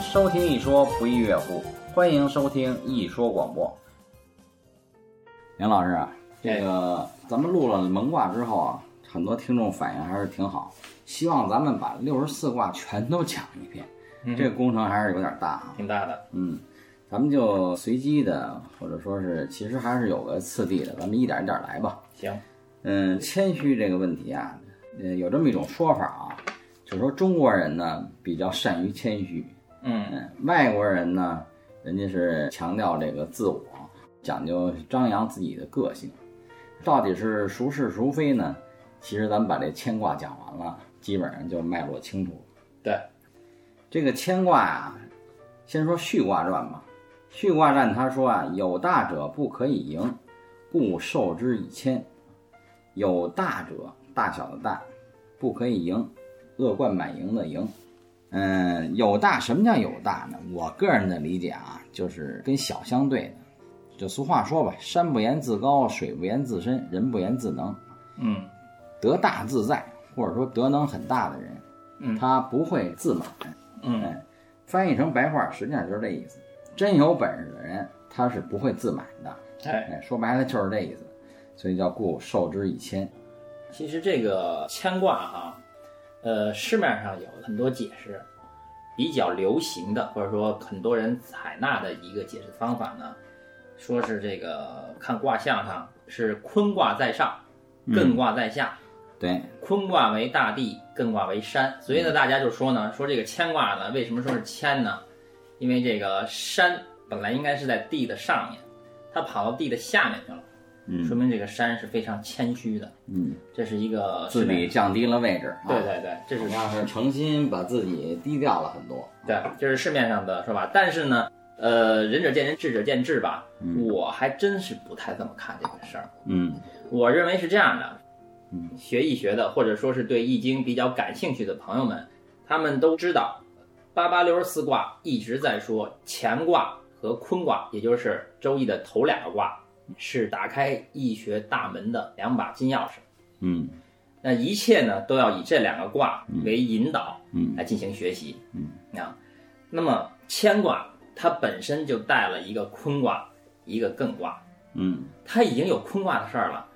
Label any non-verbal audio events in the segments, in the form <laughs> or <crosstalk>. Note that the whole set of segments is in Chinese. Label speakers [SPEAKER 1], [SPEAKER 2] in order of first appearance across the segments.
[SPEAKER 1] 收听一说不亦乐乎，欢迎收听一说广播。杨老师啊，这个咱们录了蒙卦之后啊，很多听众反应还是挺好，希望咱们把六十四卦全都讲一遍，这个工程还是有点大啊。
[SPEAKER 2] 挺大的，
[SPEAKER 1] 嗯，咱们就随机的，或者说是其实还是有个次第的，咱们一点一点来吧。
[SPEAKER 2] 行，
[SPEAKER 1] 嗯，谦虚这个问题啊，呃，有这么一种说法啊，就是说中国人呢比较善于谦虚，
[SPEAKER 2] 嗯，
[SPEAKER 1] 嗯，外国人呢，人家是强调这个自我，讲究张扬自己的个性。到底是孰是孰非呢？其实咱们把这牵挂讲完了，基本上就脉络清楚了。
[SPEAKER 2] 对，
[SPEAKER 1] 这个牵挂啊，先说续卦传吧。续卦传他说啊，有大者不可以盈，故受之以谦。有大者，大小的大，不可以盈，恶贯满盈的盈。嗯，有大什么叫有大呢？我个人的理解啊，就是跟小相对的。就俗话说吧，山不言自高，水不言自深，人不言自能。
[SPEAKER 2] 嗯，
[SPEAKER 1] 得大自在，或者说德能很大的人，
[SPEAKER 2] 嗯
[SPEAKER 1] 他不会自满。
[SPEAKER 2] 嗯，
[SPEAKER 1] 哎，翻译成白话，实际上就是这意思。真有本事的人，他是不会自满的。
[SPEAKER 2] 哎，
[SPEAKER 1] 哎，说白了就是这意思，所以叫故受之以谦。
[SPEAKER 2] 其实这个牵挂哈，呃，市面上有很多解释，比较流行的或者说很多人采纳的一个解释方法呢，说是这个看卦象上是坤卦在上，艮卦在下，
[SPEAKER 1] 对，
[SPEAKER 2] 坤卦为大地，艮卦为山，所以呢，大家就说呢，说这个牵挂呢，为什么说是牵呢？因为这个山本来应该是在地的上面，它跑到地的下面去了，说
[SPEAKER 1] 嗯
[SPEAKER 2] 明这个山是非常谦虚的，
[SPEAKER 1] 嗯，
[SPEAKER 2] 这是一个
[SPEAKER 1] 自己。降低了位置。啊
[SPEAKER 2] 对，对对，这
[SPEAKER 1] 好
[SPEAKER 2] 是
[SPEAKER 1] 像是诚心把自己低调了很多。
[SPEAKER 2] 对，这是市面上的说法。但是呢，呃，仁者见仁，智者见智吧。
[SPEAKER 1] 嗯
[SPEAKER 2] 我还真是不太这么看这个事儿。
[SPEAKER 1] 嗯
[SPEAKER 2] 我认为是这样的
[SPEAKER 1] 嗯，
[SPEAKER 2] 学易学的或者说是对易经比较感兴趣的朋友们，他们都知道，八八六十四卦一直在说乾卦和坤卦，也就是周易的头两个卦，是打开易学大门的两把金钥匙。
[SPEAKER 1] 嗯
[SPEAKER 2] 那一切呢，都要以这两个卦为引导，
[SPEAKER 1] 嗯
[SPEAKER 2] 来进行学习。
[SPEAKER 1] 嗯
[SPEAKER 2] 啊，那么乾卦它本身就带了一个坤卦，一个艮卦，
[SPEAKER 1] 嗯
[SPEAKER 2] 它已经有坤卦的事儿了。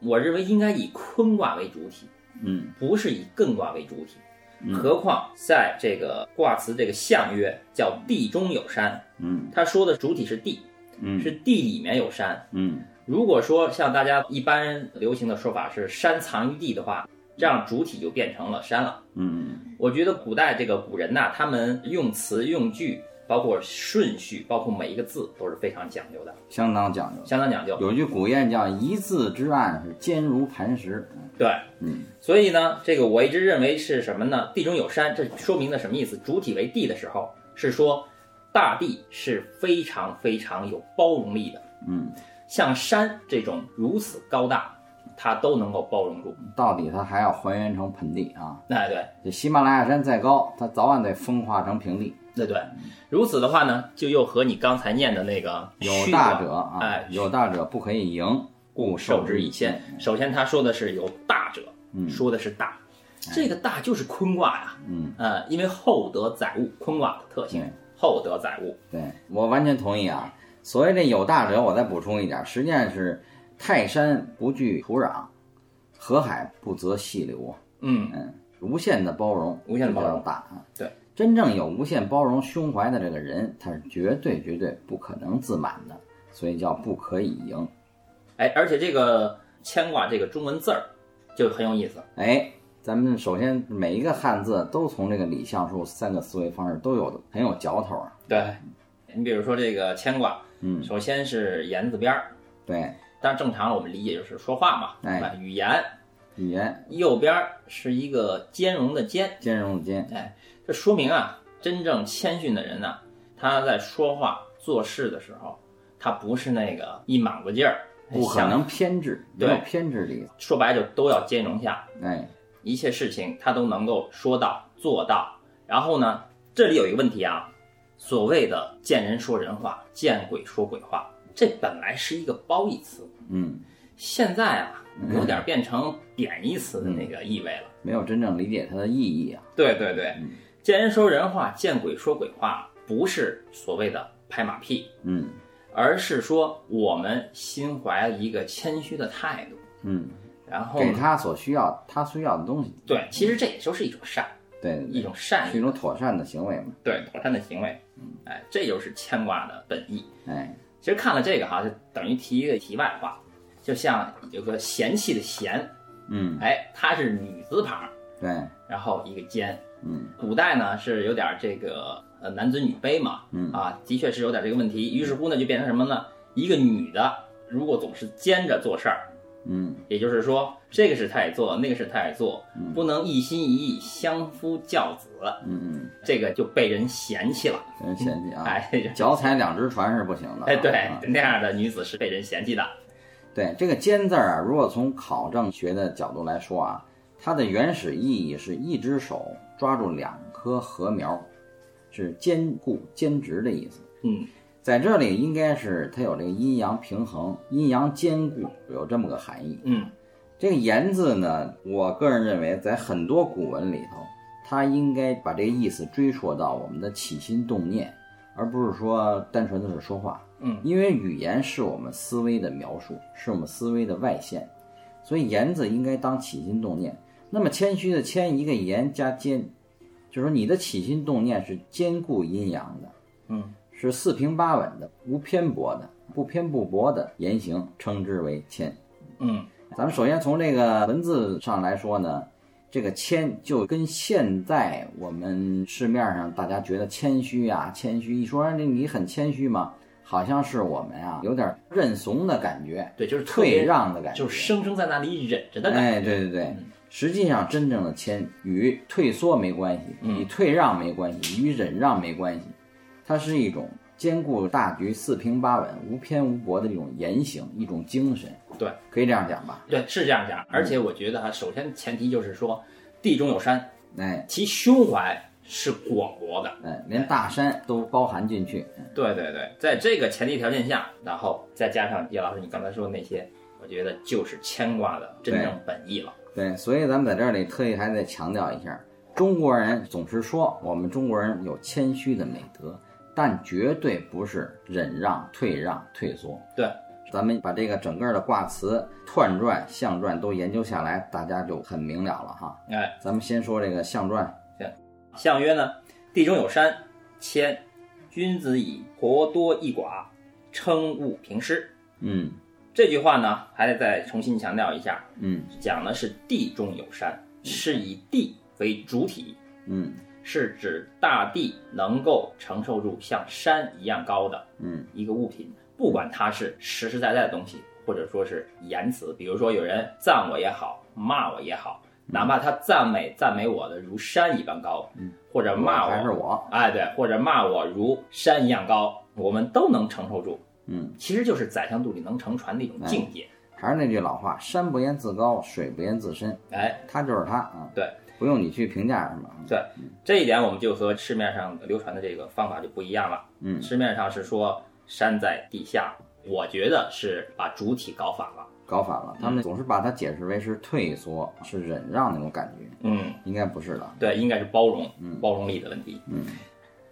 [SPEAKER 2] 我认为应该以坤卦为主体，
[SPEAKER 1] 嗯
[SPEAKER 2] 不是以艮卦为主体。
[SPEAKER 1] 嗯
[SPEAKER 2] 何况在这个卦辞这个象曰叫“地中有山
[SPEAKER 1] 嗯”，
[SPEAKER 2] 它说的主体是地，
[SPEAKER 1] 嗯
[SPEAKER 2] 是地里面有山。
[SPEAKER 1] 嗯
[SPEAKER 2] 如果说像大家一般流行的说法是“山藏于地”的话，这样主体就变成了山了。
[SPEAKER 1] 嗯
[SPEAKER 2] 我觉得古代这个古人呐、他们用词用句，包括顺序，包括每一个字都是非常讲究的，
[SPEAKER 1] 相当讲究。
[SPEAKER 2] 相当讲究。
[SPEAKER 1] 有句古谚叫“一字之岸是坚如磐石
[SPEAKER 2] 对，
[SPEAKER 1] 嗯，
[SPEAKER 2] 所以呢，这个我一直认为是什么呢？地中有山，这说明的什么意思？主体为地的时候，是说大地是非常非常有包容力的，”。
[SPEAKER 1] 嗯，
[SPEAKER 2] 像山这种如此高大，它都能够包容住。
[SPEAKER 1] 到底它还要还原成盆地啊。
[SPEAKER 2] 那对，
[SPEAKER 1] 这喜马拉雅山再高，它早晚得风化成平地。
[SPEAKER 2] 那对，如此的话呢，就又和你刚才念的那个
[SPEAKER 1] 有
[SPEAKER 2] 虚
[SPEAKER 1] 大
[SPEAKER 2] 卦
[SPEAKER 1] 者啊，
[SPEAKER 2] 哎
[SPEAKER 1] 有大者不可以盈，故
[SPEAKER 2] 受之
[SPEAKER 1] 之
[SPEAKER 2] 以
[SPEAKER 1] 谦
[SPEAKER 2] 谦。。首先，他说的是有大者，
[SPEAKER 1] 嗯哎
[SPEAKER 2] 说的是大，这个大就是坤卦呀，
[SPEAKER 1] 嗯，
[SPEAKER 2] 呃，因为厚德载物，坤卦的特性
[SPEAKER 1] 嗯，
[SPEAKER 2] 厚德载物，
[SPEAKER 1] 对我完全同意啊。所谓这有大者，我再补充一点，实际上是泰山不惧土壤，河海不择细流啊。
[SPEAKER 2] 嗯，
[SPEAKER 1] 嗯，无限的包容，
[SPEAKER 2] 无限的包容
[SPEAKER 1] 这叫大啊。
[SPEAKER 2] 对，
[SPEAKER 1] 真正有无限包容胸怀的这个人，他是绝对绝对不可能自满的，所以叫不可以盈。
[SPEAKER 2] 哎，而且这个牵挂这个中文字儿就很有意思，
[SPEAKER 1] 哎，咱们首先每一个汉字都从这个理象数三个思维方式都有很有嚼头啊。
[SPEAKER 2] 对，哎你比如说这个牵挂，
[SPEAKER 1] 嗯，
[SPEAKER 2] 首先是言字边儿，
[SPEAKER 1] 对，
[SPEAKER 2] 当然正常我们理解就是说话嘛，
[SPEAKER 1] 哎
[SPEAKER 2] 对吧？语言
[SPEAKER 1] 语言
[SPEAKER 2] 右边儿是一个兼容的兼，
[SPEAKER 1] 兼容的兼，
[SPEAKER 2] 哎，这说明啊，真正谦逊的人呢、他在说话做事的时候，他不是那个一莽子劲儿，
[SPEAKER 1] 不可
[SPEAKER 2] 想
[SPEAKER 1] 能偏执，没
[SPEAKER 2] 对
[SPEAKER 1] 有偏执的意思。
[SPEAKER 2] 说白了就都要兼容下，
[SPEAKER 1] 哎，
[SPEAKER 2] 一切事情他都能够说到做到。然后呢，这里有一个问题啊，所谓的见人说人话，见鬼说鬼话，这本来是一个褒义词，
[SPEAKER 1] 嗯，
[SPEAKER 2] 现在啊，有点变成贬义词的那
[SPEAKER 1] 嗯
[SPEAKER 2] 个意味了。
[SPEAKER 1] 没有真正理解它的意义啊。
[SPEAKER 2] 对对对
[SPEAKER 1] 嗯，
[SPEAKER 2] 见人说人话，见鬼说鬼话，不是所谓的拍马屁，
[SPEAKER 1] 嗯
[SPEAKER 2] 而是说我们心怀一个谦虚的态度，
[SPEAKER 1] 嗯，
[SPEAKER 2] 然后
[SPEAKER 1] 给他所需要他需要的东西，
[SPEAKER 2] 对，其实这也就是一种善，
[SPEAKER 1] 对对
[SPEAKER 2] 一
[SPEAKER 1] 对，
[SPEAKER 2] 种善
[SPEAKER 1] 是一种妥善的行为嘛，
[SPEAKER 2] 对妥善的行为，哎，这就是牵挂的本意。
[SPEAKER 1] 哎，
[SPEAKER 2] 其实看了这个哈，就等于提一个题外话，就像有个嫌弃的嫌，
[SPEAKER 1] 嗯，
[SPEAKER 2] 哎，它是女字旁，
[SPEAKER 1] 对，
[SPEAKER 2] 然后一个奸。
[SPEAKER 1] 嗯
[SPEAKER 2] 古代呢是有点这个呃男尊女卑嘛，
[SPEAKER 1] 嗯
[SPEAKER 2] 啊，的确是有点这个问题。于是乎呢，就变成什么呢？一个女的如果总是兼着做事儿，
[SPEAKER 1] 嗯
[SPEAKER 2] 也就是说，这个事他也做，那个事他也做，不能一心一意相夫教子，
[SPEAKER 1] 嗯
[SPEAKER 2] 这个就被人嫌弃了。
[SPEAKER 1] 嗯，人嫌弃啊，
[SPEAKER 2] 哎，这就
[SPEAKER 1] 脚踩两只船是不行的啊，
[SPEAKER 2] 哎，对
[SPEAKER 1] 啊，
[SPEAKER 2] 那样的女子是被人嫌弃的。
[SPEAKER 1] 对这个“奸”字儿啊，如果从考证学的角度来说啊，它的原始意义是一只手抓住两棵禾苗，是兼顾兼职的意思。
[SPEAKER 2] 嗯，
[SPEAKER 1] 在这里应该是它有这个阴阳平衡、阴阳兼顾，有这么个含义。
[SPEAKER 2] 嗯，
[SPEAKER 1] 这个“言”字呢，我个人认为在很多古文里头，它应该把这个意思追溯到我们的起心动念，而不是说单纯的是说话。
[SPEAKER 2] 嗯，
[SPEAKER 1] 因为语言是我们思维的描述，是我们思维的外现，所以“言”字应该当起心动念。那么谦虚的“谦”一个“言”加“兼”，就是说你的起心动念是兼顾阴阳的，
[SPEAKER 2] 嗯，
[SPEAKER 1] 是四平八稳的、无偏颇的、不偏不驳的言行，称之为谦。
[SPEAKER 2] 嗯，
[SPEAKER 1] 咱们首先从这个文字上来说呢，这个谦就跟现在我们市面上大家觉得谦虚啊，谦虚，一说哎你你很谦虚嘛，好像是我们啊有点认怂的感觉，
[SPEAKER 2] 对，就是特
[SPEAKER 1] 退
[SPEAKER 2] 别，
[SPEAKER 1] 让的感觉，
[SPEAKER 2] 就是生生在那里忍着的感觉。嗯
[SPEAKER 1] 哎，对对对。实际上，真正的谦与退缩没关系，
[SPEAKER 2] 嗯
[SPEAKER 1] 与退让没关系，与忍让没关系，它是一种兼顾大局、四平八稳、无偏无驳的一种言行，一种精神。
[SPEAKER 2] 对，
[SPEAKER 1] 可以这样讲吧？
[SPEAKER 2] 对，是这样讲。而且我觉得哈，首先前提就是说，地中有山，
[SPEAKER 1] 哎，
[SPEAKER 2] 其胸怀是广博的。
[SPEAKER 1] 哎，连大山都包含进去。
[SPEAKER 2] 对对对，在这个前提条件下，然后再加上叶老师你刚才说的那些，我觉得就是牵挂的真正本意了。
[SPEAKER 1] 对，所以咱们在这里特意还得强调一下，中国人总是说我们中国人有谦虚的美德，但绝对不是忍让、退让、退缩。
[SPEAKER 2] 对，
[SPEAKER 1] 咱们把这个整个的卦辞、彖传、象传都研究下来，大家就很明了了哈。
[SPEAKER 2] 哎，
[SPEAKER 1] 咱们先说这个象传，
[SPEAKER 2] 相曰呢，地中有山，谦，君子以活多益寡，称物平施。
[SPEAKER 1] 嗯
[SPEAKER 2] 这句话呢，还得再重新强调一下，
[SPEAKER 1] 嗯
[SPEAKER 2] 讲的是地中有山，是以地为主体，
[SPEAKER 1] 嗯
[SPEAKER 2] 是指大地能够承受住像山一样高的
[SPEAKER 1] 嗯
[SPEAKER 2] 一个物品，不管它是实实在在的东西，或者说是言辞，比如说有人赞我也好，骂我也好，哪怕他赞美赞美我的如山一般高，或者骂
[SPEAKER 1] 还是
[SPEAKER 2] 我，
[SPEAKER 1] 嗯我，
[SPEAKER 2] 哎对，或者骂我如山一样高，我们都能承受住，
[SPEAKER 1] 嗯，
[SPEAKER 2] 其实就是宰相肚里能乘船的一种境界。
[SPEAKER 1] 还是那句老话，山不言自高，水不言自深，
[SPEAKER 2] 哎，
[SPEAKER 1] 他就是他啊，
[SPEAKER 2] 对，
[SPEAKER 1] 不用你去评价什么，啊
[SPEAKER 2] 对这一点，我们就和市面上流传的这个方法就不一样了。
[SPEAKER 1] 嗯
[SPEAKER 2] 市面上是说山在地下，我觉得是把主体搞反了。
[SPEAKER 1] 搞反了，他们总是把它解释为是退缩、是忍让那种感觉，
[SPEAKER 2] 嗯，
[SPEAKER 1] 应该不是的。
[SPEAKER 2] 对，应该是包容，
[SPEAKER 1] 嗯
[SPEAKER 2] 包容力的问题。
[SPEAKER 1] 嗯，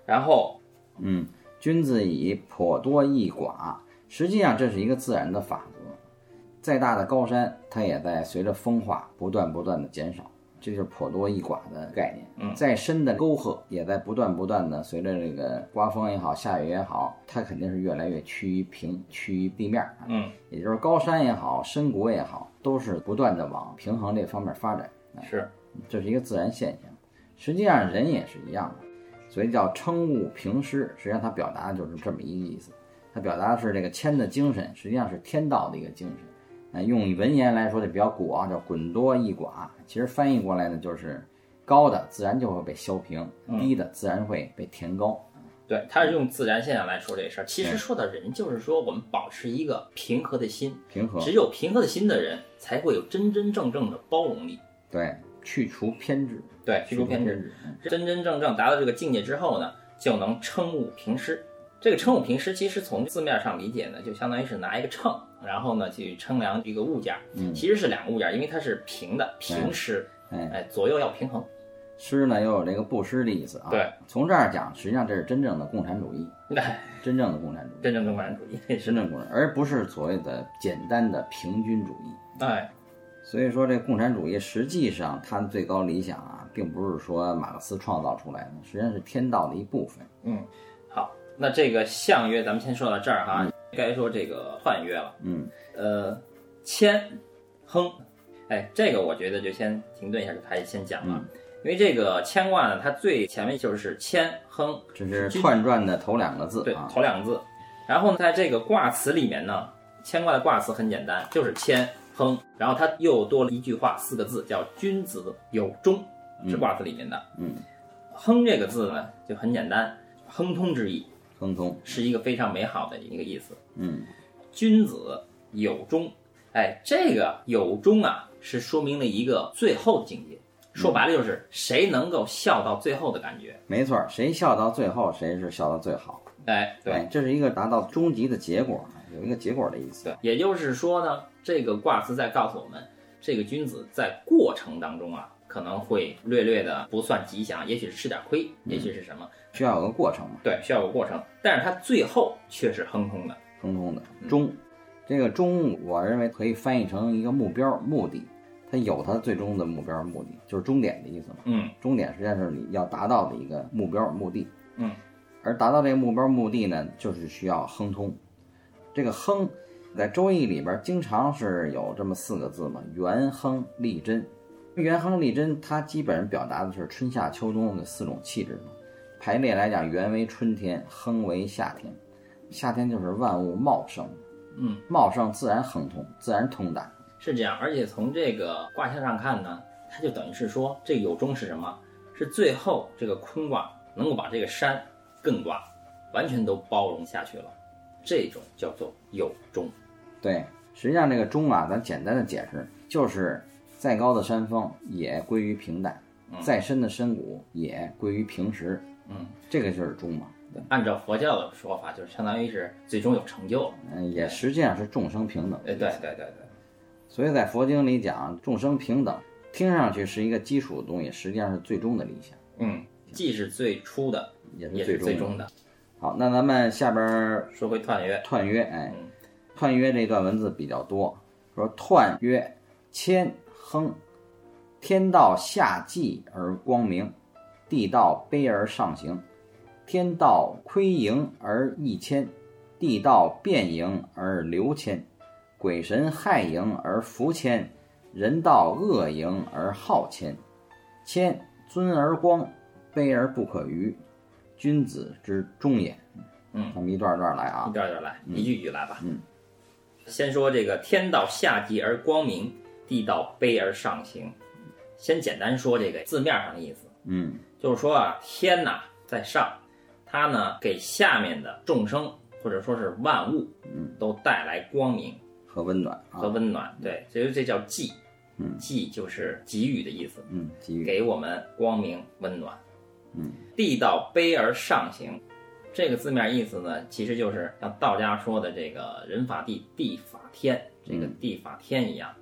[SPEAKER 2] 然后
[SPEAKER 1] 嗯，君子以颇多益寡，实际上这是一个自然的法则。再大的高山，它也在随着风化不断不断的减少，这就是颇多益寡的概念。
[SPEAKER 2] 嗯
[SPEAKER 1] 再深的沟壑也在不断不断的随着这个刮风也好，下雨也好，它肯定是越来越趋于平，趋于地面儿。啊
[SPEAKER 2] 嗯，
[SPEAKER 1] 也就是高山也好，深谷也好，都是不断的往平衡这方面发展。
[SPEAKER 2] 是
[SPEAKER 1] 这是一个自然现象。实际上人也是一样的，所以叫称物平施。实际上它表达的就是这么一个意思，它表达的是这个谦的精神，实际上是天道的一个精神。呃，用文言来说就比较古啊，叫滚多益寡。其实翻译过来呢，就是高的自然就会被削平，
[SPEAKER 2] 嗯
[SPEAKER 1] 低的自然会被填高。
[SPEAKER 2] 对，他是用自然现象来说这事儿。其
[SPEAKER 1] 嗯
[SPEAKER 2] 实说到人，就是说我们保持一个平和的心，
[SPEAKER 1] 平和
[SPEAKER 2] 只有平和的心的人，才会有真真正正的包容力。
[SPEAKER 1] 对，去除偏执，
[SPEAKER 2] 对，去除偏执。
[SPEAKER 1] 执。嗯
[SPEAKER 2] 真真正正达到这个境界之后呢，就能称物平施。这个称物平施，其实从字面上理解呢，就相当于是拿一个秤，然后呢去称量一个物件儿，
[SPEAKER 1] 嗯
[SPEAKER 2] 其实是两个物件儿，因为它是平的，平施，
[SPEAKER 1] 哎
[SPEAKER 2] 哎，左右要平衡。
[SPEAKER 1] 诗呢又有这个布施的意思啊。
[SPEAKER 2] 对，
[SPEAKER 1] 从这儿讲，实际上这是真正的共产主义，
[SPEAKER 2] 哎
[SPEAKER 1] 真正的共产主义，
[SPEAKER 2] 真正的共产主义
[SPEAKER 1] 真正共产，而不是所谓的简单的平均主义。
[SPEAKER 2] 哎，
[SPEAKER 1] 所以说，这共产主义实际上它的最高理想啊，并不是说马克思创造出来的，实际上是天道的一部分。
[SPEAKER 2] 嗯，好，那这个相约咱们先说到这儿哈，该说这个幻约了。
[SPEAKER 1] 嗯，
[SPEAKER 2] 呃，谦，亨，哎，这个我觉得就先停顿一下，就开始先讲了。
[SPEAKER 1] 嗯
[SPEAKER 2] 因为这个谦卦呢，它最前面就是谦亨，
[SPEAKER 1] 这是串转的头两个字
[SPEAKER 2] 对，
[SPEAKER 1] 啊。
[SPEAKER 2] 头两个字。然后呢，在这个卦辞里面呢，谦卦的卦辞很简单，就是谦亨。然后它又多了一句话，四个字叫“君子有忠”，是卦辞里面的。
[SPEAKER 1] 嗯，
[SPEAKER 2] 亨这个字呢就很简单，亨通之意，
[SPEAKER 1] 亨通。
[SPEAKER 2] 是一个非常美好的一个意思。
[SPEAKER 1] 嗯，
[SPEAKER 2] 君子有忠，哎，这个有忠啊，是说明了一个最后的境界。说白了就是谁能够笑到最后的感觉。
[SPEAKER 1] 没错，谁笑到最后，谁是笑到最好。
[SPEAKER 2] 哎，对
[SPEAKER 1] 哎，这是一个达到终极的结果，啊有一个结果的意思。
[SPEAKER 2] 对，也就是说呢，这个卦辞在告诉我们，这个君子在过程当中啊，可能会略略的不算吉祥，也许是吃点亏，也许是什么，
[SPEAKER 1] 需要有个过程嘛，
[SPEAKER 2] 对，需要有过程，但是他最后却是亨通的。
[SPEAKER 1] 亨通的
[SPEAKER 2] 嗯
[SPEAKER 1] 终。这个终，我认为可以翻译成一个目标、目的。它有它最终的目标、目的，就是终点的意思嘛。
[SPEAKER 2] 嗯
[SPEAKER 1] 终点实际上是你要达到的一个目标、目的。
[SPEAKER 2] 嗯，
[SPEAKER 1] 而达到这个目标、目的呢，就是需要亨通。这个亨，在《周易》里边经常是有这么四个字嘛：元亨利贞。元亨利贞，它基本上表达的是春夏秋冬的四种气质嘛。排列来讲，元为春天，亨为夏天。夏天就是万物茂盛，
[SPEAKER 2] 嗯，
[SPEAKER 1] 茂盛自然亨通，自然通达。
[SPEAKER 2] 是这样，而且从这个卦象上看呢，它就等于是说，这个有中是什么？是最后这个坤卦能够把这个山艮卦完全都包容下去了，这种叫做有中。
[SPEAKER 1] 对，实际上这个中啊，咱简单的解释就是，再高的山峰也归于平坦，再深的深谷也归于平实。
[SPEAKER 2] 嗯，
[SPEAKER 1] 这个就是中嘛，
[SPEAKER 2] 按照佛教的说法，就是相当于是最终有成就了。
[SPEAKER 1] 嗯，也实际上是众生平等。
[SPEAKER 2] 哎，对对对对，
[SPEAKER 1] 所以在佛经里讲众生平等，听上去是一个基础的东西，实际上是最终的理想，
[SPEAKER 2] 嗯，既是最初的，
[SPEAKER 1] 也
[SPEAKER 2] 也
[SPEAKER 1] 是
[SPEAKER 2] 是
[SPEAKER 1] 最
[SPEAKER 2] 最
[SPEAKER 1] 终的。
[SPEAKER 2] 终的。
[SPEAKER 1] 好，那咱们下边儿
[SPEAKER 2] 说回彖曰，
[SPEAKER 1] 彖曰，哎
[SPEAKER 2] 嗯，
[SPEAKER 1] 彖曰这段文字比较多，说彖曰：谦亨，天道下济而光明，地道卑而上行，天道亏盈而益谦，地道变盈而流谦，鬼神害盈而福谦，人道恶盈而好谦。谦尊而光，卑而不可逾，君子之忠也。
[SPEAKER 2] 嗯，
[SPEAKER 1] 咱们一段一段来啊
[SPEAKER 2] 一。段一段来，一句一句来吧。嗯，先说这个天道下济而光明，地道卑而上行。先简单说这个字面上的意思，
[SPEAKER 1] 嗯。
[SPEAKER 2] 就是说啊，天呐在上，它呢给下面的众生或者说是万物，嗯，都带来光明
[SPEAKER 1] 和温暖啊
[SPEAKER 2] 和，温暖。对，所以这叫济。
[SPEAKER 1] 嗯
[SPEAKER 2] 济就是给予的意思，
[SPEAKER 1] 嗯，给予
[SPEAKER 2] 给我们光明温暖。
[SPEAKER 1] 嗯，
[SPEAKER 2] 地道卑而上行，这个字面意思呢，其实就是像道家说的这个人法地，地法天，这
[SPEAKER 1] 嗯
[SPEAKER 2] 个地法天一样。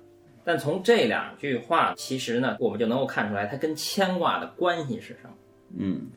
[SPEAKER 2] 但从这两句话，其实呢，我们就能够看出来，它跟牵挂的关系是什么。
[SPEAKER 1] 嗯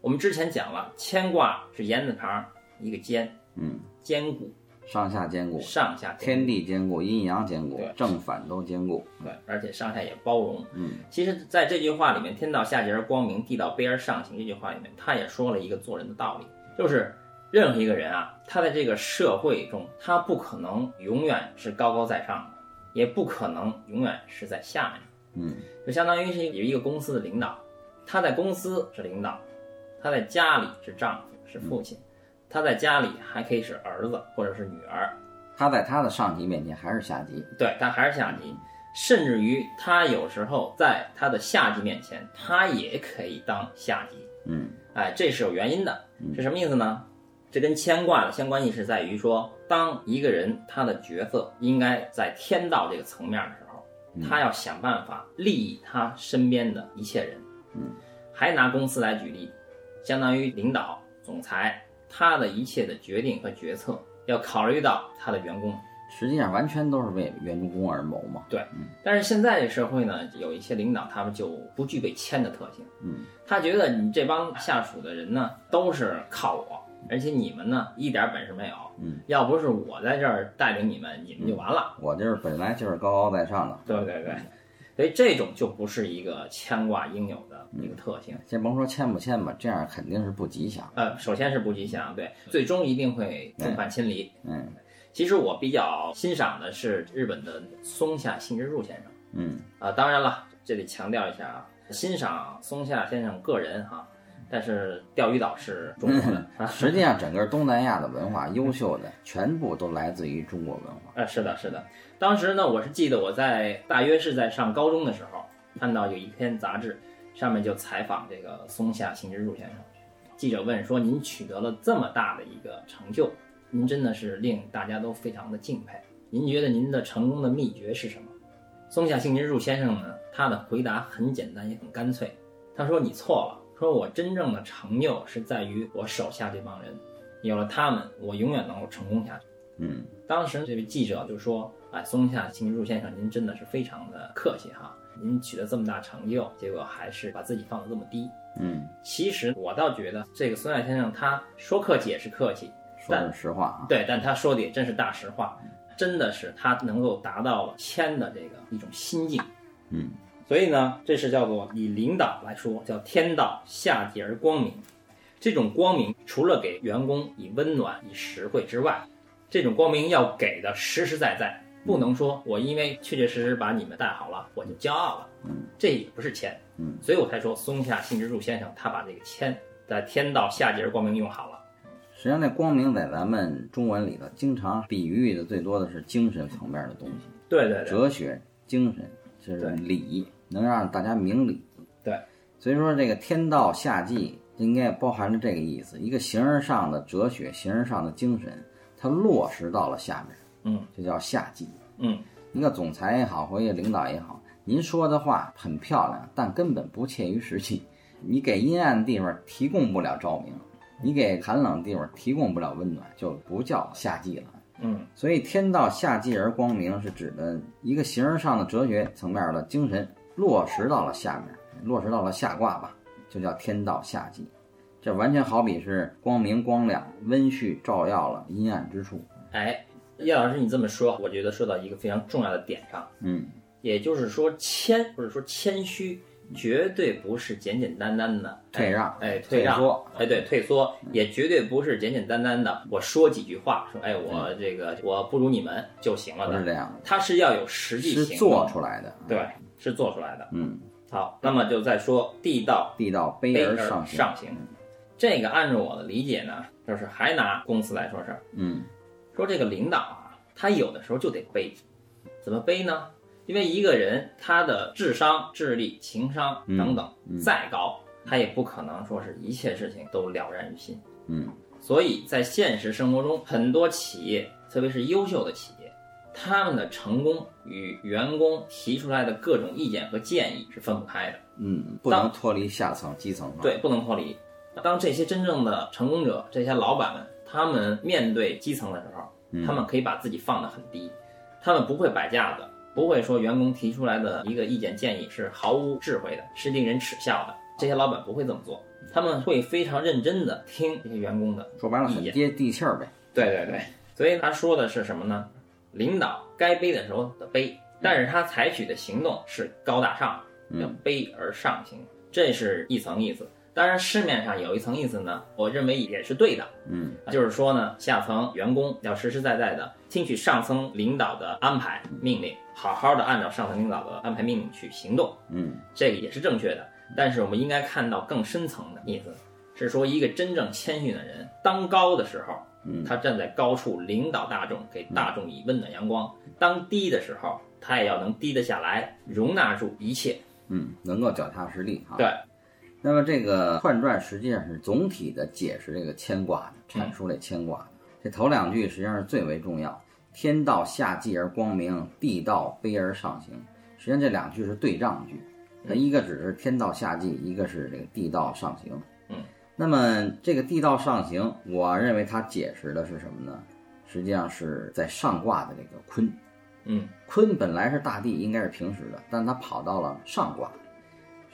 [SPEAKER 2] 我们之前讲了，牵挂是言字旁一个坚，
[SPEAKER 1] 嗯，
[SPEAKER 2] 坚固
[SPEAKER 1] 上下兼顾，
[SPEAKER 2] 上下坚固
[SPEAKER 1] 天地兼顾，阴阳兼顾
[SPEAKER 2] 对，
[SPEAKER 1] 正反都兼顾。
[SPEAKER 2] 对，而且上下也包容。
[SPEAKER 1] 嗯，
[SPEAKER 2] 其实，在这句话里面，“天道下济而光明，地道卑而上行”这句话里面，他也说了一个做人的道理，就是任何一个人啊，他在这个社会中，他不可能永远是高高在上的，也不可能永远是在下面。
[SPEAKER 1] 嗯，
[SPEAKER 2] 就相当于是有一个公司的领导，他在公司是领导，他在家里是丈夫是父亲，他在家里还可以是儿子或者是女儿，
[SPEAKER 1] 他在他的上级面前还是下级，
[SPEAKER 2] 对，但还是下级，甚至于他有时候在他的下级面前，他也可以当下级。
[SPEAKER 1] 嗯
[SPEAKER 2] 哎，这是有原因的，是什么意思呢？这跟牵挂的相关意识在于说，当一个人他的角色应该在天道这个层面的时候，他要想办法利益他身边的一切人。
[SPEAKER 1] 嗯，
[SPEAKER 2] 还拿公司来举例，相当于领导、总裁，他的一切的决定和决策要考虑到他的员工，
[SPEAKER 1] 实际上完全都是为员工而谋嘛。
[SPEAKER 2] 但是现在这社会呢，有一些领导他们就不具备谦的特性，
[SPEAKER 1] 嗯，
[SPEAKER 2] 他觉得你这帮下属的人呢都是靠我，而且你们呢一点本事没有，
[SPEAKER 1] 嗯，
[SPEAKER 2] 要不是我在这儿带领你们，你们就完了，
[SPEAKER 1] 我就是本来就是高高在上的，
[SPEAKER 2] 对对对，所以这种就不是一个牵挂应有的一个特性。
[SPEAKER 1] 先甭说欠不欠吧，这样肯定是不吉祥。
[SPEAKER 2] 呃，首先是不吉祥，对，最终一定会众叛亲离。
[SPEAKER 1] 嗯
[SPEAKER 2] 其实我比较欣赏的是日本的松下幸之助先生。 <laughs>
[SPEAKER 1] 嗯
[SPEAKER 2] 啊，当然了，这里强调一下啊，欣赏松下先生个人哈、但是钓鱼岛是中国的、啊，
[SPEAKER 1] 实际上整个东南亚的文化， <laughs> 优秀的全部都来自于中国文化。
[SPEAKER 2] 呃，是的，是的。当时呢，我是记得我在大约是在上高中的时候，看到有一篇杂志，上面就采访这个松下幸之助先生。记者问说：“您取得了这么大的一个成就，您真的是令大家都非常的敬佩。您觉得您的成功的秘诀是什么？”松下幸之助先生呢，他的回答很简单也很干脆，他说：“你错了，说我真正的成就是在于我手下这帮人，有了他们，我永远能够成功下去。”
[SPEAKER 1] 嗯
[SPEAKER 2] 当时这位记者就说：“哎，松下幸之助先生，您真的是非常的客气哈，您取得这么大成就，结果还是把自己放得这么低。
[SPEAKER 1] 嗯，
[SPEAKER 2] 其实我倒觉得这个松下先生他说客气也是客气，
[SPEAKER 1] 说的是实话啊。
[SPEAKER 2] 对，但他说的也真是大实话，真的是他能够达到了谦的这个一种心境。
[SPEAKER 1] 嗯
[SPEAKER 2] 所以呢，这是叫做以领导来说叫天道下济而光明。这种光明除了给员工以温暖、以实惠之外，这种光明要给的实实在在，不能说我因为确确实实把你们带好了，我就骄傲了，
[SPEAKER 1] 嗯
[SPEAKER 2] 这也不是谦。
[SPEAKER 1] 嗯，
[SPEAKER 2] 所以我才说松下幸之助先生他把这个谦在天道下济而光明用好了。
[SPEAKER 1] 实际上，那光明在咱们中文里头，经常比喻的最多的是精神层面的东西，
[SPEAKER 2] 对对对，
[SPEAKER 1] 哲学、精神，就是
[SPEAKER 2] 对
[SPEAKER 1] 理，能让大家明理。
[SPEAKER 2] 对，
[SPEAKER 1] 所以说这个天道下济应该包含着这个意思，一个形而上的哲学，形而上的精神，它落实到了下面，
[SPEAKER 2] 嗯
[SPEAKER 1] 就叫下济。
[SPEAKER 2] 嗯，
[SPEAKER 1] 一个总裁也好，或一个领导也好，您说的话很漂亮，但根本不切于实际。你给阴暗的地方提供不了照明，你给寒冷的地方提供不了温暖，就不叫夏季了。
[SPEAKER 2] 嗯
[SPEAKER 1] 所以，天道下济而光明是指的一个形而上的哲学层面的精神落实到了下面，落实到了下卦吧，就叫天道下济。这完全好比是光明、光亮、温煦照耀了阴暗之处。
[SPEAKER 2] 哎，叶老师你这么说，我觉得说到一个非常重要的点上。
[SPEAKER 1] 嗯，
[SPEAKER 2] 也就是说谦或者说谦虚，绝对不是简简单单的
[SPEAKER 1] 退让
[SPEAKER 2] 哎，退
[SPEAKER 1] 退缩
[SPEAKER 2] 让，哎，对，退缩，也绝对不是简简单单的我说几句话，说哎，我这个我不如你们就行了
[SPEAKER 1] 嗯不是
[SPEAKER 2] 的，
[SPEAKER 1] 这样
[SPEAKER 2] 它是要有实
[SPEAKER 1] 的，
[SPEAKER 2] 际
[SPEAKER 1] 是
[SPEAKER 2] 行
[SPEAKER 1] 做
[SPEAKER 2] 动
[SPEAKER 1] 出来的。
[SPEAKER 2] 对，是做出来的。
[SPEAKER 1] 嗯。
[SPEAKER 2] 好，那么就再说地道
[SPEAKER 1] 地道卑
[SPEAKER 2] 卑
[SPEAKER 1] 而
[SPEAKER 2] 而
[SPEAKER 1] 上行。
[SPEAKER 2] 上行，这个按照我的理解呢，就是还拿公司来说事儿，
[SPEAKER 1] 嗯
[SPEAKER 2] 说这个领导啊，他有的时候就得背，怎么背呢？因为一个人他的智商、智力、情商等等、
[SPEAKER 1] 嗯嗯
[SPEAKER 2] 再高，他也不可能说是一切事情都了然于心。
[SPEAKER 1] 嗯
[SPEAKER 2] 所以在现实生活中，很多企业，特别是优秀的企业，他们的成功与员工提出来的各种意见和建议是分不开的。
[SPEAKER 1] 嗯，不能脱离下层基层哈。
[SPEAKER 2] 对，，不能脱离。当这些真正的成功者，这些老板们，他们面对基层的时候，
[SPEAKER 1] 嗯
[SPEAKER 2] 他们可以把自己放得很低，他们不会摆架子，不会说员工提出来的一个意见建议是毫无智慧的，是令人耻笑的。这些老板不会这么做，他们会非常认真的听这些员工的。
[SPEAKER 1] 嗯说白了很接地气儿呗。
[SPEAKER 2] 对对对，所以他说的是什么呢？领导该背的时候得背，但是他采取的行动是高大上的。叫
[SPEAKER 1] 嗯
[SPEAKER 2] 卑而上行，这是一层意思。当然，市面上有一层意思呢，我认为也是对的，
[SPEAKER 1] 嗯
[SPEAKER 2] 就是说呢，下层员工要实实在在的听取上层领导的安排命令，好好的按照上层领导的安排命令去行动，
[SPEAKER 1] 嗯
[SPEAKER 2] 这个也是正确的。但是我们应该看到更深层的意思，是说一个真正谦逊的人，当高的时候，
[SPEAKER 1] 嗯，
[SPEAKER 2] 他站在高处领导大众，给大众以温暖阳光；当低的时候，他也要能低得下来，容纳住一切。
[SPEAKER 1] 嗯，能够脚踏实地哈。
[SPEAKER 2] 对。
[SPEAKER 1] 那么这个换传实际上是总体的解释这个牵挂的，阐述这牵挂的。这头两句实际上是最为重要。天道下济而光明，地道卑而上行。实际上这两句是对仗句，它一个只是天道下济，一个是这个地道上行。
[SPEAKER 2] 嗯，
[SPEAKER 1] 那么这个地道上行，我认为它解释的是什么呢？实际上是在上卦的这个坤。
[SPEAKER 2] 嗯
[SPEAKER 1] 坤本来是大地，应该是平时的，但它跑到了上卦，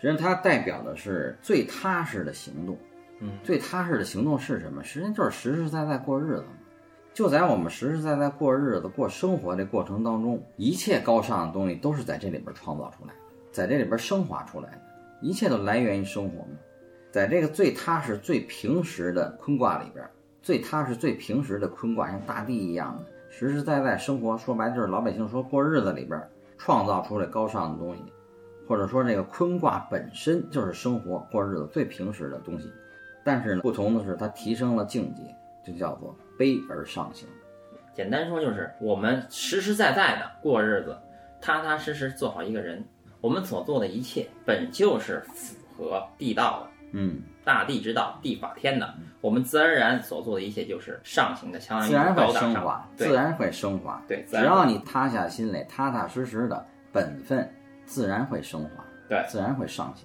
[SPEAKER 1] 实际上它代表的是最踏实的行动。
[SPEAKER 2] 嗯
[SPEAKER 1] 最踏实的行动是什么？实际上就是实实在在过日子嘛。就在我们实实在在过日子、过生活这过程当中，一切高尚的东西都是在这里边创造出来的，在这里边升华出来的，一切都来源于生活嘛。在这个最踏实、最平实的坤卦里边，最踏实、最平实的坤卦，像大地一样的实实在在生活，说白了就是老百姓说过日子里边创造出来高尚的东西，或者说这个坤卦本身就是生活过日子最平实的东西。但是呢，不同的是，它提升了境界，这叫做卑而上行。
[SPEAKER 2] 简单说就是我们实实在在的过日子，踏踏实实做好一个人。我们所做的一切本就是符合地道的，
[SPEAKER 1] 嗯，
[SPEAKER 2] 大地之道，地法天的。我们自然而然所做的一切就是上行的，相当于
[SPEAKER 1] 自然会
[SPEAKER 2] 高大
[SPEAKER 1] 升
[SPEAKER 2] 上
[SPEAKER 1] 华，，
[SPEAKER 2] 对
[SPEAKER 1] 自然会升华。
[SPEAKER 2] 对
[SPEAKER 1] 只
[SPEAKER 2] 自然
[SPEAKER 1] 要
[SPEAKER 2] 会
[SPEAKER 1] 你塌下心来，踏踏实实的本分，自然会升华，
[SPEAKER 2] 对
[SPEAKER 1] 自然会上行。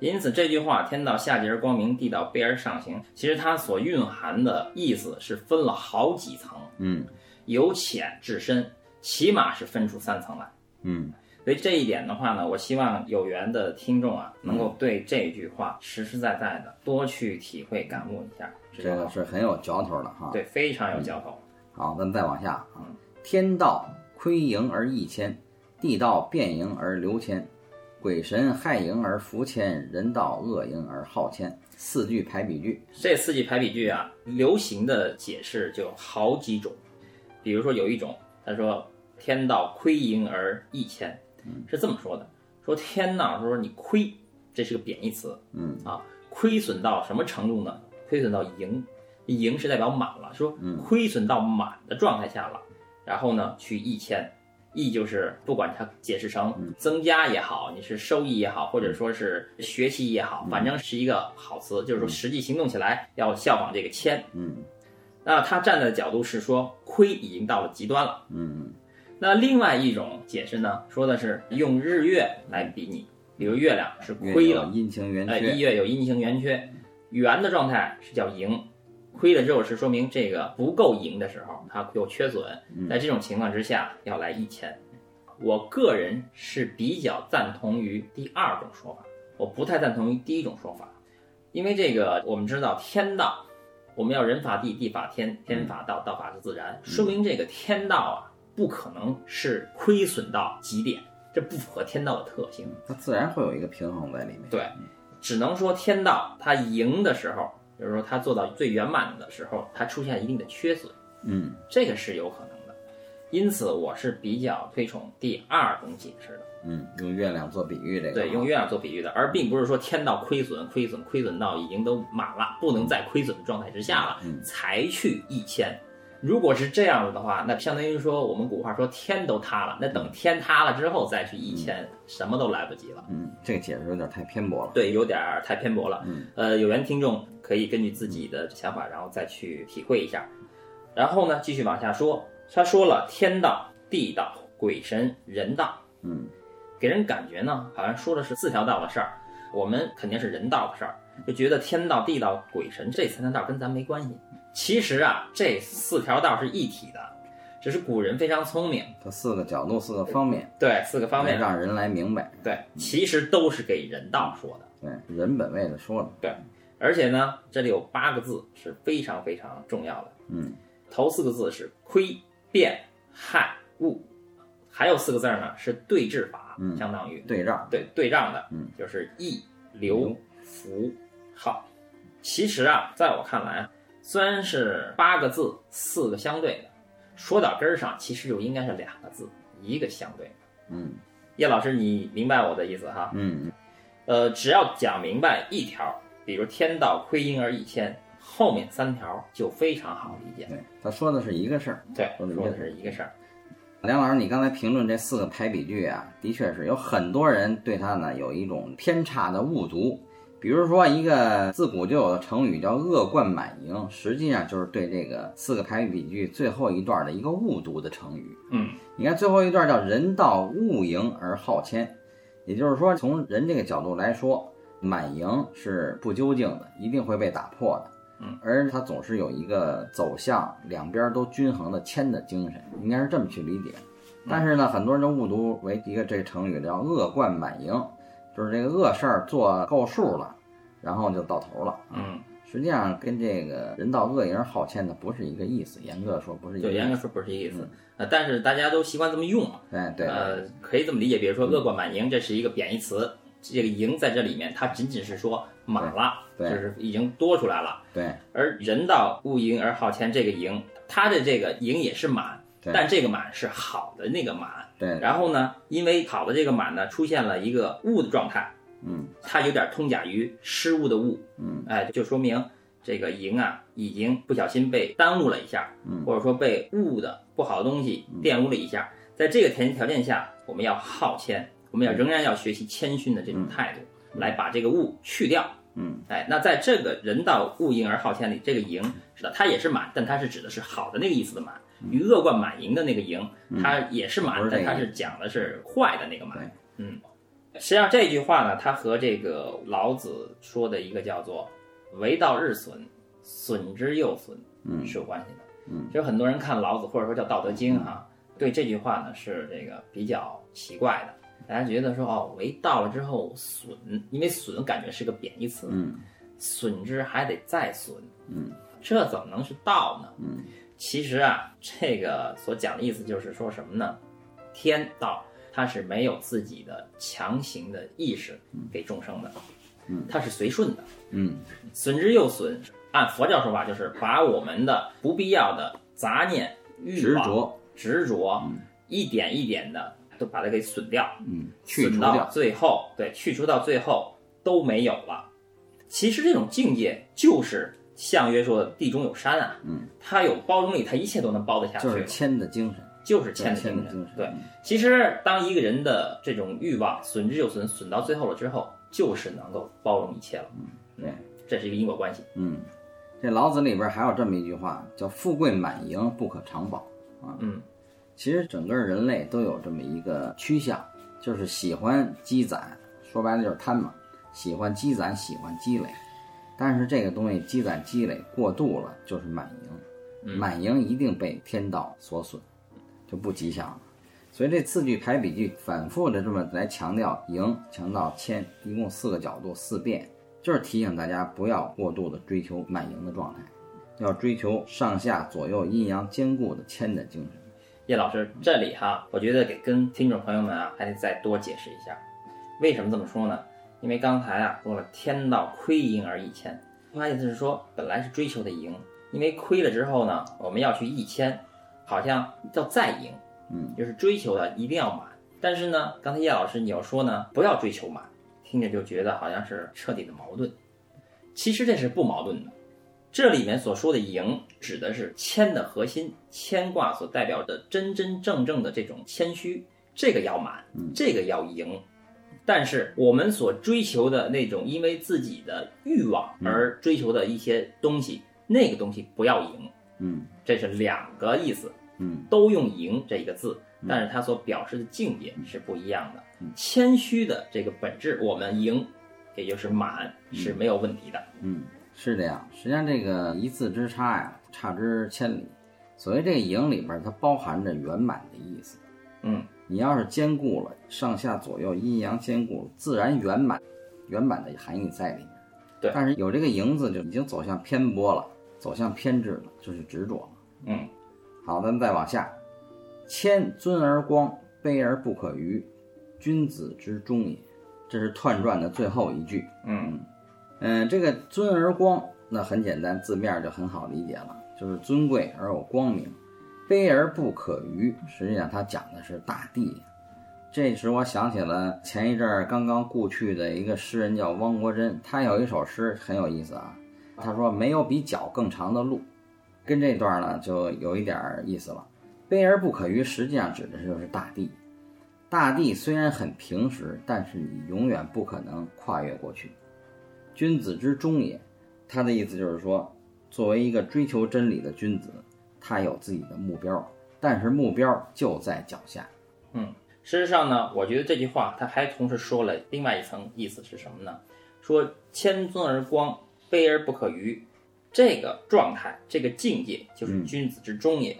[SPEAKER 2] 因此，这句话“天道下节而光明，地道卑而上行”，其实它所蕴含的意思是分了好几层，
[SPEAKER 1] 嗯
[SPEAKER 2] 由浅至深，起码是分出三层来。
[SPEAKER 1] 嗯，
[SPEAKER 2] 所以这一点的话呢，我希望有缘的听众啊，能够对这句话实实在在的多去体会、感悟一下，
[SPEAKER 1] 这个是很有嚼头的哈。
[SPEAKER 2] 对非常有嚼头。
[SPEAKER 1] 好，咱们再往下啊。天道亏盈而益谦，地道变盈而流谦，鬼神害盈而福谦，人道恶盈而好谦。四句排比句。
[SPEAKER 2] 这四季排比句啊，流行的解释就有好几种，比如说有一种，他说“天道亏盈而益谦”，是这么说的：说天呐，说你亏，这是个贬义词，
[SPEAKER 1] 嗯
[SPEAKER 2] 啊，亏损到什么程度呢？亏损到盈，盈是代表满了，说亏损到满的状态下了，然后呢去益谦。益就是不管它解释成增加也好，你是收益也好，或者说是学习也好，反正是一个好词，就是说实际行动起来要效仿这个谦。
[SPEAKER 1] 嗯
[SPEAKER 2] 那他站在的角度是说亏已经到了极端了。
[SPEAKER 1] 嗯
[SPEAKER 2] 那另外一种解释呢，说的是用日月来比拟，比如月亮是
[SPEAKER 1] 嗯，
[SPEAKER 2] 亏
[SPEAKER 1] 月有
[SPEAKER 2] 了，
[SPEAKER 1] 阴晴圆
[SPEAKER 2] 呃，
[SPEAKER 1] 缺。
[SPEAKER 2] 一月有阴晴圆缺，圆的状态是叫盈，亏了之后是说明这个不够盈的时候，它有缺损，
[SPEAKER 1] 嗯
[SPEAKER 2] 在这种情况之下要来一千。我个人是比较赞同于第二种说法，我不太赞同于第一种说法，因为这个我们知道天道，我们要人法地，地法天，
[SPEAKER 1] 嗯
[SPEAKER 2] 天法道，道法是自然，说明这个天道啊不可能是亏损到极点，这不符合天道的特性。
[SPEAKER 1] 它自然会有一个平衡在里面。
[SPEAKER 2] 对，只能说天道它赢的时候，比如说它做到最圆满的时候，它出现一定的缺损，
[SPEAKER 1] 嗯
[SPEAKER 2] 这个是有可能的。因此，我是比较推崇第二种解释的，
[SPEAKER 1] 嗯，用月亮做比喻这个，啊
[SPEAKER 2] 对，用月亮做比喻的，而并不是说天道亏损、亏损、亏损到已经都满了，不能再亏损的状态之下了，
[SPEAKER 1] 嗯
[SPEAKER 2] 才去一千。如果是这样子的话，那相当于说我们古话说天都塌了，那等天塌了之后再去一千，什么都来不及了。
[SPEAKER 1] 嗯，这个解释有点太偏颇了。
[SPEAKER 2] 对，有点儿太偏颇了。
[SPEAKER 1] 嗯，
[SPEAKER 2] 呃，有缘听众可以根据自己的想法，然后再去体会一下。然后呢，继续往下说，他说了天道、地道、鬼神、人道，
[SPEAKER 1] 嗯
[SPEAKER 2] 给人感觉呢，好像说的是四条道的事儿，我们肯定是人道的事儿，就觉得天道、地道、鬼神这三条道跟咱没关系。其实啊，这四条道是一体的，只是古人非常聪明，
[SPEAKER 1] 它四个角度、四个方面，
[SPEAKER 2] 对四个方面，
[SPEAKER 1] 让人来明白。
[SPEAKER 2] 对，其实都是给人道说的。
[SPEAKER 1] 对，人本位的说了。
[SPEAKER 2] 而且呢，这里有八个字是非常非常重要的。
[SPEAKER 1] 嗯，
[SPEAKER 2] 头四个字是亏、变、害、恶，还有四个字儿呢是对峙法，
[SPEAKER 1] 嗯
[SPEAKER 2] 相当于
[SPEAKER 1] 对仗。
[SPEAKER 2] 对对仗的，
[SPEAKER 1] 嗯
[SPEAKER 2] 就是义、流、福、好。其实啊，在我看来啊，虽然是八个字，四个相对的，说到根儿上，其实就应该是两个字，一个相对。
[SPEAKER 1] 嗯
[SPEAKER 2] 叶老师，你明白我的意思哈？
[SPEAKER 1] 嗯
[SPEAKER 2] 呃，只要讲明白一条，比如“天道亏盈而益谦”，后面三条就非常好理解
[SPEAKER 1] 嗯，。对，他说的是一个事儿。
[SPEAKER 2] 对，
[SPEAKER 1] 嗯我理解
[SPEAKER 2] 说的是一个事儿。
[SPEAKER 1] 梁老师，你刚才评论这四个排比句啊，的确是有很多人对它呢有一种偏差的误读。比如说，一个自古就有的成语叫“恶贯满盈”，实际上就是对这个四个排比句最后一段的一个误读的成语。
[SPEAKER 2] 嗯，
[SPEAKER 1] 你看最后一段叫“人道物盈而好谦”，也就是说，从人这个角度来说，满盈是不究竟的，一定会被打破的。
[SPEAKER 2] 嗯，
[SPEAKER 1] 而它总是有一个走向两边都均衡的谦的精神，应该是这么去理解。
[SPEAKER 2] 嗯
[SPEAKER 1] 但是呢，很多人都误读为一个这个成语叫“恶贯满盈”，就是这个恶事儿做够数了，然后就到头了。
[SPEAKER 2] 嗯，
[SPEAKER 1] 实际上跟这个人道恶盈好谦的不是一个意思，严格说不是一个
[SPEAKER 2] 就
[SPEAKER 1] 意
[SPEAKER 2] 严格
[SPEAKER 1] 思。
[SPEAKER 2] 说不是这意思，呃，但是大家都习惯这么用嘛，
[SPEAKER 1] 哎，对，嗯
[SPEAKER 2] 呃，可以这么理解，比如说“恶贯满盈”，这是一个贬义词，这个“盈”在这里面，它仅仅是说满了，
[SPEAKER 1] 对
[SPEAKER 2] 就
[SPEAKER 1] 对
[SPEAKER 2] 是已经多出来了。
[SPEAKER 1] 对，
[SPEAKER 2] 而人道勿盈而好谦，这个盈，它的这个盈也是满，
[SPEAKER 1] 对
[SPEAKER 2] 但这个满是好的那个满。
[SPEAKER 1] 对，
[SPEAKER 2] 然后呢，因为好的这个满呢，出现了一个物的状态，
[SPEAKER 1] 嗯
[SPEAKER 2] 它有点通假于失误的误，
[SPEAKER 1] 嗯，
[SPEAKER 2] 哎，就说明这个盈啊，已经不小心被耽误了一下，
[SPEAKER 1] 嗯
[SPEAKER 2] 或者说被误的不好的东西玷污了一下。在这个前提条件下，我们要好谦，我们要仍然要学习谦逊的这种态度，来把这个误去掉。
[SPEAKER 1] 嗯，
[SPEAKER 2] 哎，那在这个人道勿盈而好谦里，这个盈是的，它也是满，但它是指的是好的那个意思的满，与恶贯满盈的那个盈，它也是
[SPEAKER 1] 嗯
[SPEAKER 2] 满
[SPEAKER 1] 不是，这
[SPEAKER 2] 但
[SPEAKER 1] 个
[SPEAKER 2] 它
[SPEAKER 1] 意思
[SPEAKER 2] 是讲的是坏的那个满
[SPEAKER 1] 对。
[SPEAKER 2] 嗯，实际上这句话呢，它和这个老子说的一个叫做“为道日损，损之又损”
[SPEAKER 1] 嗯
[SPEAKER 2] 是有关系的。
[SPEAKER 1] 嗯，
[SPEAKER 2] 其实很多人看老子或者说叫《道德经》哈、对这句话呢是这个比较奇怪的。大家觉得说哦，为道了之后损，因为损感觉是个贬义词，
[SPEAKER 1] 嗯
[SPEAKER 2] 损之还得再损，
[SPEAKER 1] 嗯，
[SPEAKER 2] 这怎么能是道呢？
[SPEAKER 1] 嗯，
[SPEAKER 2] 其实啊，这个所讲的意思就是说什么呢？天道它是没有自己的强行的意识给众生的，
[SPEAKER 1] 嗯，
[SPEAKER 2] 它是随顺的，
[SPEAKER 1] 嗯
[SPEAKER 2] 损之又损。按佛教说法，就是把我们的不必要的杂念、欲
[SPEAKER 1] 执
[SPEAKER 2] 望、
[SPEAKER 1] 着，
[SPEAKER 2] 执着，一点一点的都把它给损掉，
[SPEAKER 1] 嗯，去除
[SPEAKER 2] 损到
[SPEAKER 1] 掉，
[SPEAKER 2] 最后，对，去除到最后都没有了。其实这种境界就是相曰说的“地中有山”啊，
[SPEAKER 1] 嗯，
[SPEAKER 2] 它有包容力，它一切都能包得下去，
[SPEAKER 1] 就是谦的精神，
[SPEAKER 2] 就是
[SPEAKER 1] 谦
[SPEAKER 2] 谦的精
[SPEAKER 1] 的精神，
[SPEAKER 2] 对，
[SPEAKER 1] 嗯
[SPEAKER 2] 其实当一个人的这种欲望损之又损，损到最后了之后，就是能够包容一切了。嗯
[SPEAKER 1] 对，
[SPEAKER 2] 这是一个因果关系。
[SPEAKER 1] 嗯，这老子里边还有这么一句话，叫“富贵满盈，不可长保”啊。
[SPEAKER 2] 嗯，
[SPEAKER 1] 其实整个人类都有这么一个趋向，就是喜欢积攒，说白了就是贪嘛，喜欢积攒，喜欢积累。但是这个东西积攒积累过度了，就是满盈，满盈一定被天道所损，就不吉祥了。所以这四句排比句反复的这么来强调盈，强调谦，一共四个角度四遍，就是提醒大家不要过度的追求满盈的状态，要追求上下左右阴阳兼顾的谦的精神。
[SPEAKER 2] 叶老师，这里哈，我觉得给跟听众朋友们啊，还得再多解释一下，为什么这么说呢？因为刚才啊说了，天道亏盈而益谦，他意思是说，本来是追求的盈，因为亏了之后呢，我们要去益谦，好像要再赢，
[SPEAKER 1] 嗯，
[SPEAKER 2] 就是追求的一定要满。但是呢，刚才叶老师你要说呢，不要追求满，听着就觉得好像是彻底的矛盾。其实这是不矛盾的。这里面所说的盈，指的是谦的核心，谦卦所代表的真真正正的这种谦虚，这个要满，这个要盈。但是我们所追求的那种因为自己的欲望而追求的一些东西，那个东西不要盈，
[SPEAKER 1] 嗯
[SPEAKER 2] 这是两个意思。
[SPEAKER 1] 嗯
[SPEAKER 2] 都用“盈”这一个字，但是它所表示的境界是不一样的。谦虚的这个本质，我们“盈”也就是满是没有问题的。
[SPEAKER 1] 嗯，是这样。实际上这个一字之差呀，差之千里。所谓这个盈里边，它包含着圆满的意思。
[SPEAKER 2] 嗯，
[SPEAKER 1] 你要是兼顾了上下左右阴阳兼顾，自然圆满，圆满的含义在里面。
[SPEAKER 2] 对
[SPEAKER 1] 但是有这个“盈”字，就已经走向偏颇了，走向偏执了，就是执着了。
[SPEAKER 2] 嗯，
[SPEAKER 1] 好，咱们再往下，谦尊而光，卑而不可逾，君子之忠也。这是彖传的最后一句。
[SPEAKER 2] 嗯
[SPEAKER 1] 嗯，这个尊而光，那很简单，字面就很好理解了，就是尊贵而有光明，卑而不可逾。实际上，它讲的是大地。这使我想起了前一阵儿刚刚故去的一个诗人，叫汪国真，他有一首诗很有意思啊。他说：“没有比脚更长的路。”跟这段呢就有一点儿意思了。卑而不可逾，实际上指的就是大地。大地虽然很平实，但是你永远不可能跨越过去。君子之忠也。他的意思就是说，作为一个追求真理的君子，他有自己的目标，但是目标就在脚下。
[SPEAKER 2] 嗯，事实上呢，我觉得这句话它还同时说了另外一层意思是什么呢？说谦尊而光，卑而不可逾，这个状态，这个境界就是
[SPEAKER 1] 嗯
[SPEAKER 2] 君子之中也，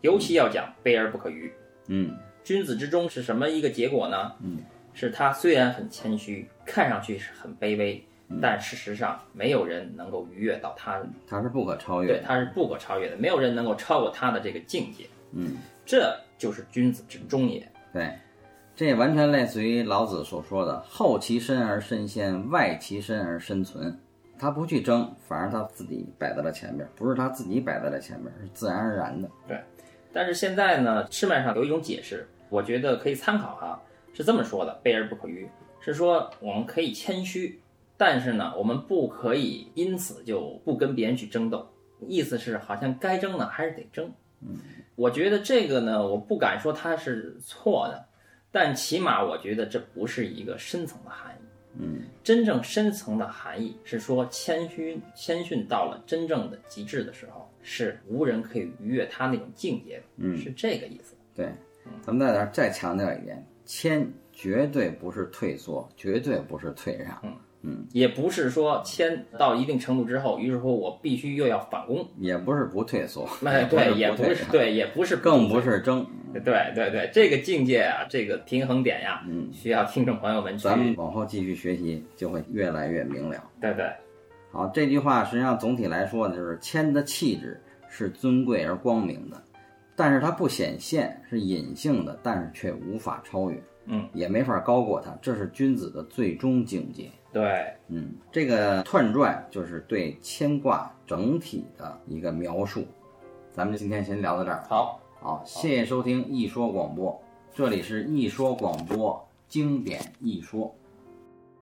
[SPEAKER 2] 尤其要讲卑而不可逾。
[SPEAKER 1] 嗯
[SPEAKER 2] 君子之中是什么一个结果呢？
[SPEAKER 1] 嗯，
[SPEAKER 2] 是他虽然很谦虚，看上去是很卑微，
[SPEAKER 1] 嗯
[SPEAKER 2] 但事实上没有人能够逾越到他，
[SPEAKER 1] 它是不可超越
[SPEAKER 2] 对，
[SPEAKER 1] 的。
[SPEAKER 2] 他是不可超越的，没有人能够超过他的这个境界。
[SPEAKER 1] 嗯，
[SPEAKER 2] 这就是君子之中也。
[SPEAKER 1] 对，这完全类似于老子所说的“后其身而身先，外其身而身存”。他不去争，反而他自己摆在了前面，不是他自己摆在了前面，是自然而然的。
[SPEAKER 2] 但是现在呢，市面上有一种解释，我觉得可以参考哈，是这么说的：卑而不可逾，是说我们可以谦虚，但是呢，我们不可以因此就不跟别人去争斗。意思是，好像该争呢还是得争。嗯，我觉得这个呢，我不敢说它是错的，但起码我觉得这不是一个深层的含义。
[SPEAKER 1] 嗯，
[SPEAKER 2] 真正深层的含义是说，谦虚谦逊到了真正的极致的时候，是无人可以逾越他那种境界的，
[SPEAKER 1] 嗯
[SPEAKER 2] 是这个意思。
[SPEAKER 1] 对，咱们在这儿再强调一遍，谦绝对不是退缩，绝对不是退让，
[SPEAKER 2] 也不是说谦到一定程度之后，于是乎我必须又要反攻，
[SPEAKER 1] 也不是不退缩，
[SPEAKER 2] 那
[SPEAKER 1] <laughs>
[SPEAKER 2] 对，也
[SPEAKER 1] 哎不
[SPEAKER 2] 不
[SPEAKER 1] 退
[SPEAKER 2] 是对，也不是
[SPEAKER 1] 让，更
[SPEAKER 2] 不
[SPEAKER 1] 不是争。
[SPEAKER 2] 对对对，这个境界啊，这个平衡点呀、
[SPEAKER 1] 嗯，
[SPEAKER 2] 需要听众朋友们去
[SPEAKER 1] 咱们往后继续学习，就会越来越明了。
[SPEAKER 2] 对对
[SPEAKER 1] 好，这句话实际上总体来说呢，就是谦的气质是尊贵而光明的，但是它不显现，是隐性的，但是却无法超越，
[SPEAKER 2] 嗯，
[SPEAKER 1] 也没法高过它，这是君子的最终境界。
[SPEAKER 2] 对，
[SPEAKER 1] 嗯，这个串传就是对牵挂整体的一个描述。咱们今天先聊到这儿，
[SPEAKER 2] 好，
[SPEAKER 1] 好，谢谢收听一说广播，这里是一说广播经典一说，